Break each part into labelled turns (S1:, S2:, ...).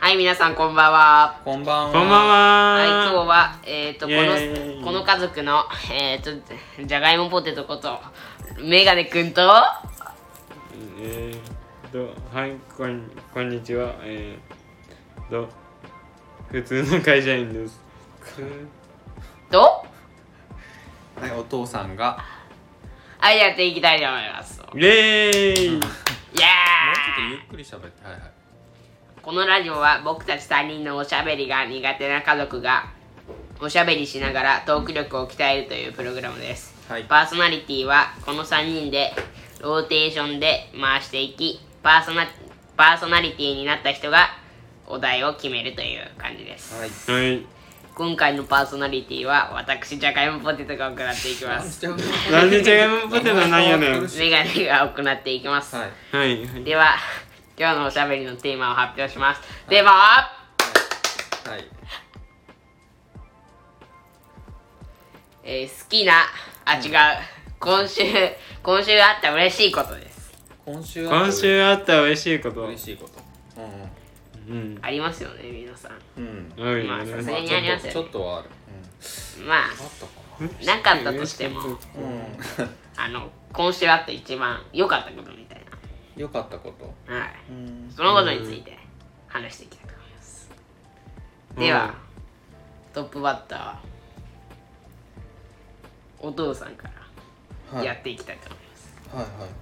S1: はい、皆さんこんばんは。
S2: こんばんは。
S3: こんばん
S1: はい、今日
S3: は。
S1: は、えっ、と、こ
S3: イエー
S1: の、
S3: イ
S1: この家族の、えっ、と、じゃがいもポテトこと、メガネくんと、
S3: えーどうはい、こんこんにちは。えー、どう普通の会社員です。
S1: と、
S2: はい、お父さんが。
S1: はい、やっていきたいと思います。
S3: イェーイ
S1: いや
S2: もうちょっとゆっくり喋って。はいはい。
S1: ーこのラジオは僕たち3人のおしゃべりが苦手な家族が、おしゃべりしながらトーク力を鍛えるというプログラムです。
S2: はい
S1: パーソナリティはこの3人でローテーションで回していきパーソナパーソナリティになった人がお題を決めるという感じです、
S2: はい。
S3: はい。
S1: 今回のパーソナリティは私じゃがいもポテトが行っていきます
S2: ちゃうの
S3: なんでじゃがいもポテトなんやねん。はい、
S1: メガネが行っていきます、
S2: はい。
S3: はい。
S1: では今日のおしゃべりのテーマを発表しますテーマは
S2: はい。
S1: えー好きなあ違う今週今週あった嬉しいことです
S2: 今週は
S3: 今週あった嬉しいこと。
S2: 嬉しいこと。う
S3: うん。
S1: ありますよね皆さん
S2: んうん。うん。
S3: はい、
S1: まあ
S3: あり
S1: さ
S3: ます
S1: がにありますよね
S2: ちょっとはある。
S1: ま
S2: うん。あ
S1: あ
S2: ったか
S1: なかったとしても
S2: な。
S1: あの今週あった一番良かったことみたい
S2: うん。よかったこと。
S1: な、はい、
S2: うん。
S1: そのことについて話していきたいと思います、ではトップバッターはお父さんから
S2: はい。
S1: や
S2: はい
S1: っていきたいと思います、
S2: はい。
S3: うん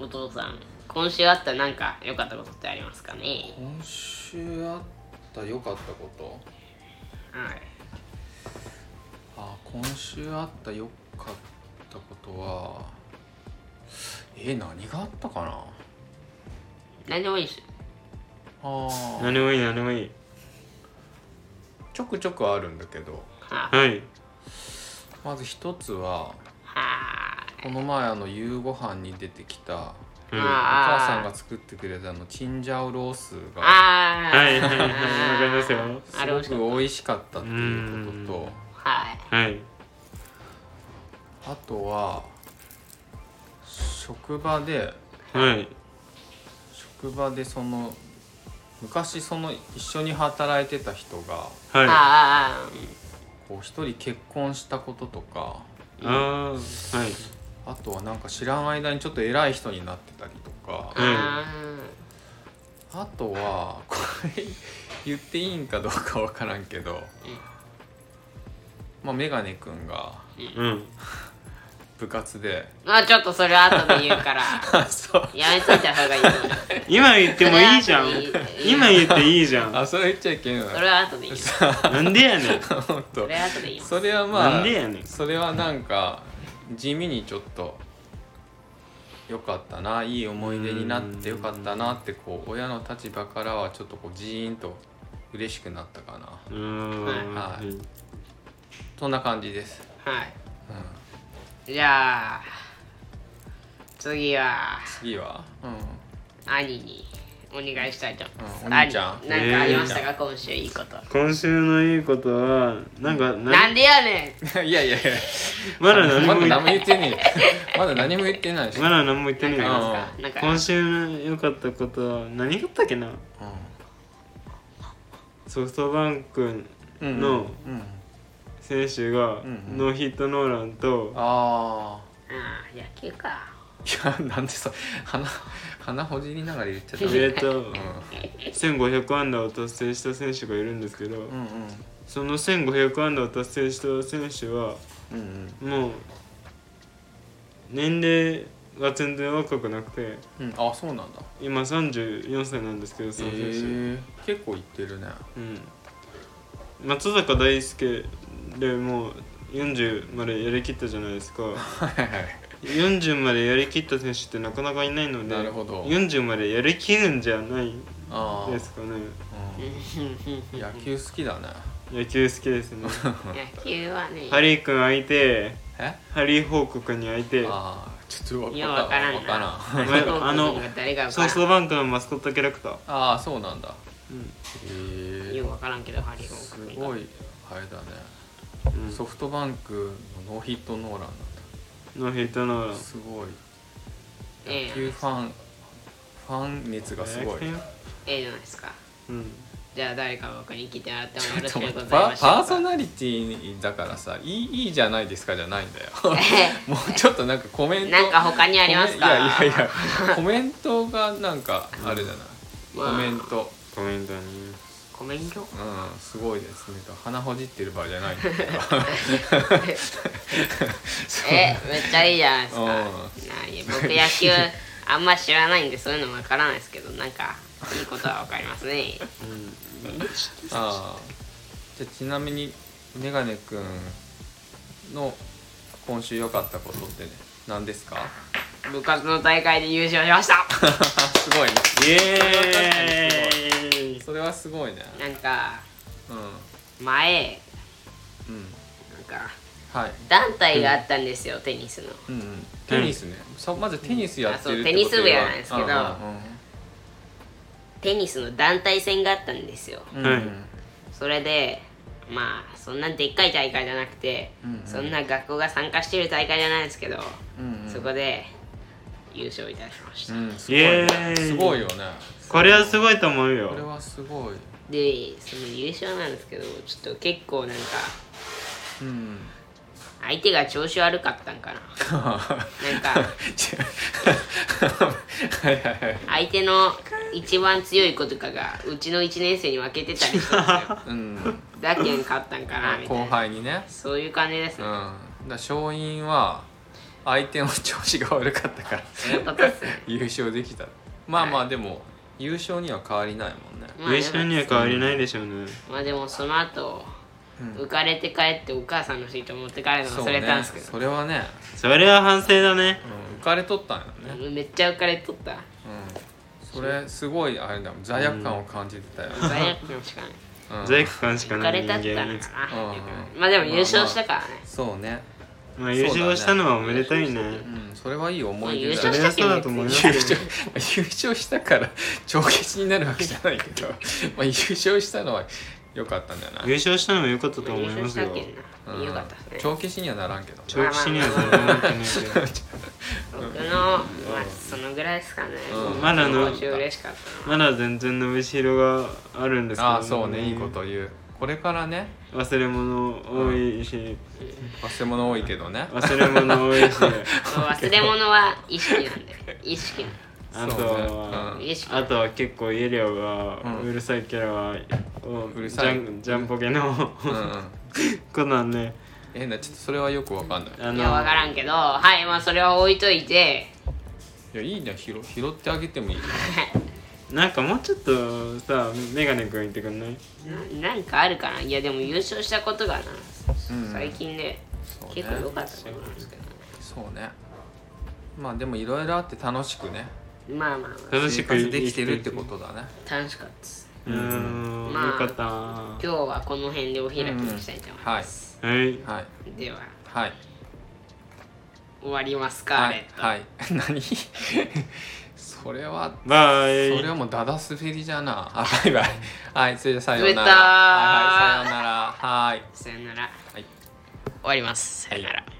S1: お父さん今週あったなんか良かったことってありますかね
S2: 今週あった良かったこと。
S1: はい
S2: あ今週あった良かったことはえー、何があったかな
S1: 何でもいいし
S2: あー
S3: 何もいい、何もいい。
S2: ちょくちょくあるんだけど
S1: はあ
S3: はい。
S2: まず一つは
S1: は
S2: この前あの夕ご飯に出てきた
S3: う
S1: あ
S3: ん
S2: お母さん
S1: あ
S2: が作ってくれたあのチンジャオロース
S1: あ
S2: が
S1: ああ
S3: はい、はい、はい。わかりますよ。
S1: あれ美味し
S2: す
S1: かっ
S2: ごく美味しかったっていうことと
S1: はい
S3: はい。
S2: あとは職場で
S3: はい。
S2: 職場でその昔その一緒に働いてた人が
S3: はい。あ
S1: ああ
S2: こう一人結婚したこととか
S3: あー。はい。
S2: あとはなんか知らん間にちょっと偉い人になってたりとか
S3: うん
S1: あ
S2: あとはこれ言っていいんかどうか分からんけど、まあ、メガネくんが
S3: うん。
S2: 部活で
S1: ああちょっとそれは後で言うから
S2: あそう
S1: やめといた方がいいと思う
S3: 今言ってもいいじゃん
S1: それは後でいい
S3: 今言っていいじゃん
S2: あそれ言っちゃいけない
S1: それは後でいいよ
S3: なんでや ねん
S2: 本
S1: そ
S2: 当
S1: れは後でいいよ
S2: それはま
S3: な
S2: あ
S3: んでやねん
S2: それはなんか地味にちょっとよかったないい思い出になってよかったなってこう親の立場からはちょっとこうジーンと嬉しくなったかな
S3: うーん
S2: は
S3: はいい
S2: そんな感じです、
S1: はい
S2: うん、
S1: じゃあ次は
S2: 次は、う
S1: 兄にお願いしたいと思います、
S2: うんお兄ちゃん
S1: 兄なんかありましたか、今週いいこと
S3: 今週のいいことはなんかな
S1: なんでやねん
S2: ん、いやいやいや
S3: まだ何
S2: ま
S3: も
S2: だ
S3: 言っ
S2: 何も言ってねえまだ何も言ってないし、
S3: まだ何も言ってねえ
S1: なん
S3: よ
S1: かありますかなん
S3: 今
S1: か
S3: 週の良かったことは何があったっけなソフトバンク
S2: うんうん
S3: の
S2: うん、
S3: 選手が
S2: うんうん
S3: ノーヒットノーランと
S2: あ
S1: ああ野球か
S2: あいやなんでさ鼻鼻ほじりながら言っちゃったね、
S3: えっと
S2: う
S3: 1500安打を達成した選手がいるんですけど
S2: ん、うん
S3: その1500安打を達成した選手は
S2: うんうん
S3: もう年齢が全然若くなくて
S2: うんあそうなんだ
S3: 今34歳なんですけどその選手、
S2: えー、結構いってるね
S3: うん、松坂大輔でもう40までやりきったじゃないです か
S2: はいはい
S3: 40までやりきった選手ってなかなかいないので
S2: なるほど
S3: 40までやりきるんじゃない
S2: ああ、
S3: ですかね
S2: うん、野球好きだね
S3: 野球好きですね
S1: 野球はね、
S3: ハリー君相手
S2: え
S3: ハリー報告に相手
S2: ああちょっと
S1: いやわからんな
S2: わからんあ
S3: お前あの
S1: 誰が
S3: ソ
S1: 分
S3: フ
S1: か
S3: トバンクのマスコットキャラクター
S2: あーそうなんだ
S3: うん
S2: へ
S1: ら
S2: え
S1: んよく分からんけどハリー
S2: す
S1: ホーク
S2: ごいあれだね、
S3: うん
S2: ソフトバンクのノーヒットノーランなん
S3: のヒットノーラ
S2: だ
S3: ン
S2: すごい
S1: ええ
S2: 野球ファン、ファン熱がすごい、
S3: え
S1: ええじゃないですか
S3: うん
S1: じじゃあ誰か僕に来てもらってもよろ
S2: ち
S1: し
S2: ょ
S1: ゅ
S2: っ
S1: う
S2: と
S1: ござ
S2: 待って
S1: い
S2: パ
S1: まし
S2: パ
S1: ょ
S2: ー
S1: うか
S2: ソナリティだからさいいいいじゃないですかじゃないん だよもうちょっとなんかコメント
S1: なんか他にありますか
S2: コメいやいやいやコメントがなんかあるじゃない、
S1: まあ
S2: コメント
S3: コメントに
S1: コメント
S2: うんすごいですねと鼻ほじってる場合じゃない んだよ そう
S1: えめっちゃいいじゃないですか
S2: うん
S1: なあいや僕野 球あんま知らないんでそういうのわからないですけどなんかいいことはわかりますね
S2: ああじゃあちなみにメガネくんの今週良かったことってね何です か
S1: 部活の大会で優勝しました
S2: すごいね
S3: イ
S2: エ
S3: エーイ
S2: それはすごいね
S1: なんか
S2: う
S1: 前
S2: んうん
S1: なんか
S2: はい
S1: 団体があったんですよテニスの
S2: うんうん、テニスね、さまずテニスやってる
S1: あそう
S2: ってこと
S1: テニス部やないですけど
S2: うん
S1: テニスの団体戦があったんですよ
S2: うんうん
S3: はい
S1: それでまあそんなでっかい大会じゃなくて、
S2: うんうん
S1: そんな学校が参加してる大会じゃないですけど、
S2: うんうん
S1: そこで優勝いたしました、
S2: うんすごいね
S3: イエーイ
S2: すごいよね
S3: これはすごいと思う
S2: これ
S3: よ
S2: はすごい
S1: でその優勝なんですけどちょっと結構なんか
S2: うん
S1: 相手が調子悪かったんかな なん
S2: 違う
S1: か
S2: はいはいはい
S1: 相手の一番強い子とかがうちの1年生に負けてたりしたん ですよ
S2: うん
S1: だけん勝ったんかなみたい
S2: 後
S1: な
S2: 輩にね
S1: そういう感じです
S2: うん
S1: ね、
S2: だから勝因は相手の調子が悪かっ たから
S1: そういうことっすね
S2: 優勝できたまあまあでも優勝には変わりないもんね
S1: まあ
S3: 優勝には変わりないでしょうね
S1: まあでもその後、
S2: うん
S1: 浮かれて帰ってお母さんのシート持って帰るの
S2: そう
S1: 忘れ
S2: ね
S1: たんですけど、
S2: それはね
S3: それは反省だね
S2: うん浮かれとったんよね
S1: めっちゃ浮かれとった
S2: うんそれすごいあれだもん罪悪感を感じてたよ、
S1: 罪悪感しかない
S2: うん
S3: 罪悪感しか
S1: 浮
S3: な
S1: か
S3: い
S1: れ
S3: 人
S1: たった
S3: 間
S1: の
S3: に
S1: かな
S2: うん
S1: まあでも優勝したからね、
S2: そうね
S3: まあ優勝したのはおめでたいね
S2: うんそれはいい思い
S1: 優
S2: 出だ
S1: 勝し
S2: ね
S1: たけ
S3: それはそう
S1: ど
S3: だと思いま
S2: 優
S3: すよ
S2: 勝優勝したから帳消しになるわけじゃないけ ど、まあ、優勝したのは良かったんじゃない
S3: 優勝したのも良かったと
S1: まあ
S3: 思
S1: 優
S3: いま
S1: 勝し
S3: す
S1: た
S3: よ
S1: けんな、
S2: うん
S1: よかったですね
S2: 帳消しにはならんけど
S3: 長期死には全然なってないけど
S1: 僕の、まあ、そのぐらいですかね、
S2: うん
S3: まだあの
S1: 今週嬉しかったのは
S3: まだ全然伸びしろがあるんですけど
S2: ああそうねいいこと言うこれからね
S3: 忘れ物多いし
S2: 忘れ物多いけどね
S3: 忘れ物多 いし
S1: 忘れ物は意識なんで意識なんで
S3: あと
S2: そう
S3: は
S2: ね
S1: 意識
S3: あとは結構イエリアが
S2: うん
S3: うるさいキャラはを
S2: うる
S3: ジ
S2: さい
S3: ャンジャンポケの
S2: うん うん
S3: 子なんで
S2: えなちょっとそれはよくわかんない
S3: あ
S1: いや分からんけどはいまあそれは置いといて
S2: いやいいね拾拾ってあげてもいいよ
S3: なんかもうちょっとさメガネくん言ってくんない
S1: ななんかあるかないやでも優勝したことがな、
S2: うん
S1: 最近ね
S2: そうね
S1: 結構良かったと思うんですけどね
S2: そうねまあでもいろいろあって楽しくね
S1: まあまあまあ
S3: 楽
S2: 生
S3: しく
S2: 活できてるってことだね
S1: 楽しかったです
S3: うーん
S1: まあ
S3: よかったは
S1: 今日はこの辺でお開きにしたいと思い
S2: は
S1: ま
S2: い
S1: す、
S3: い
S2: はい
S1: では
S2: はい
S1: 終わりますか、
S2: は
S1: レ
S2: い
S1: ッド
S2: はい 何それは
S3: バ
S2: そ
S3: イ
S2: れはもうダダ滑りじゃなあバイバイはいそれじゃさような
S1: 滑った
S2: らはいはいさようならはい
S1: さよなら
S2: はい
S1: 終わりますさよなら、
S2: はい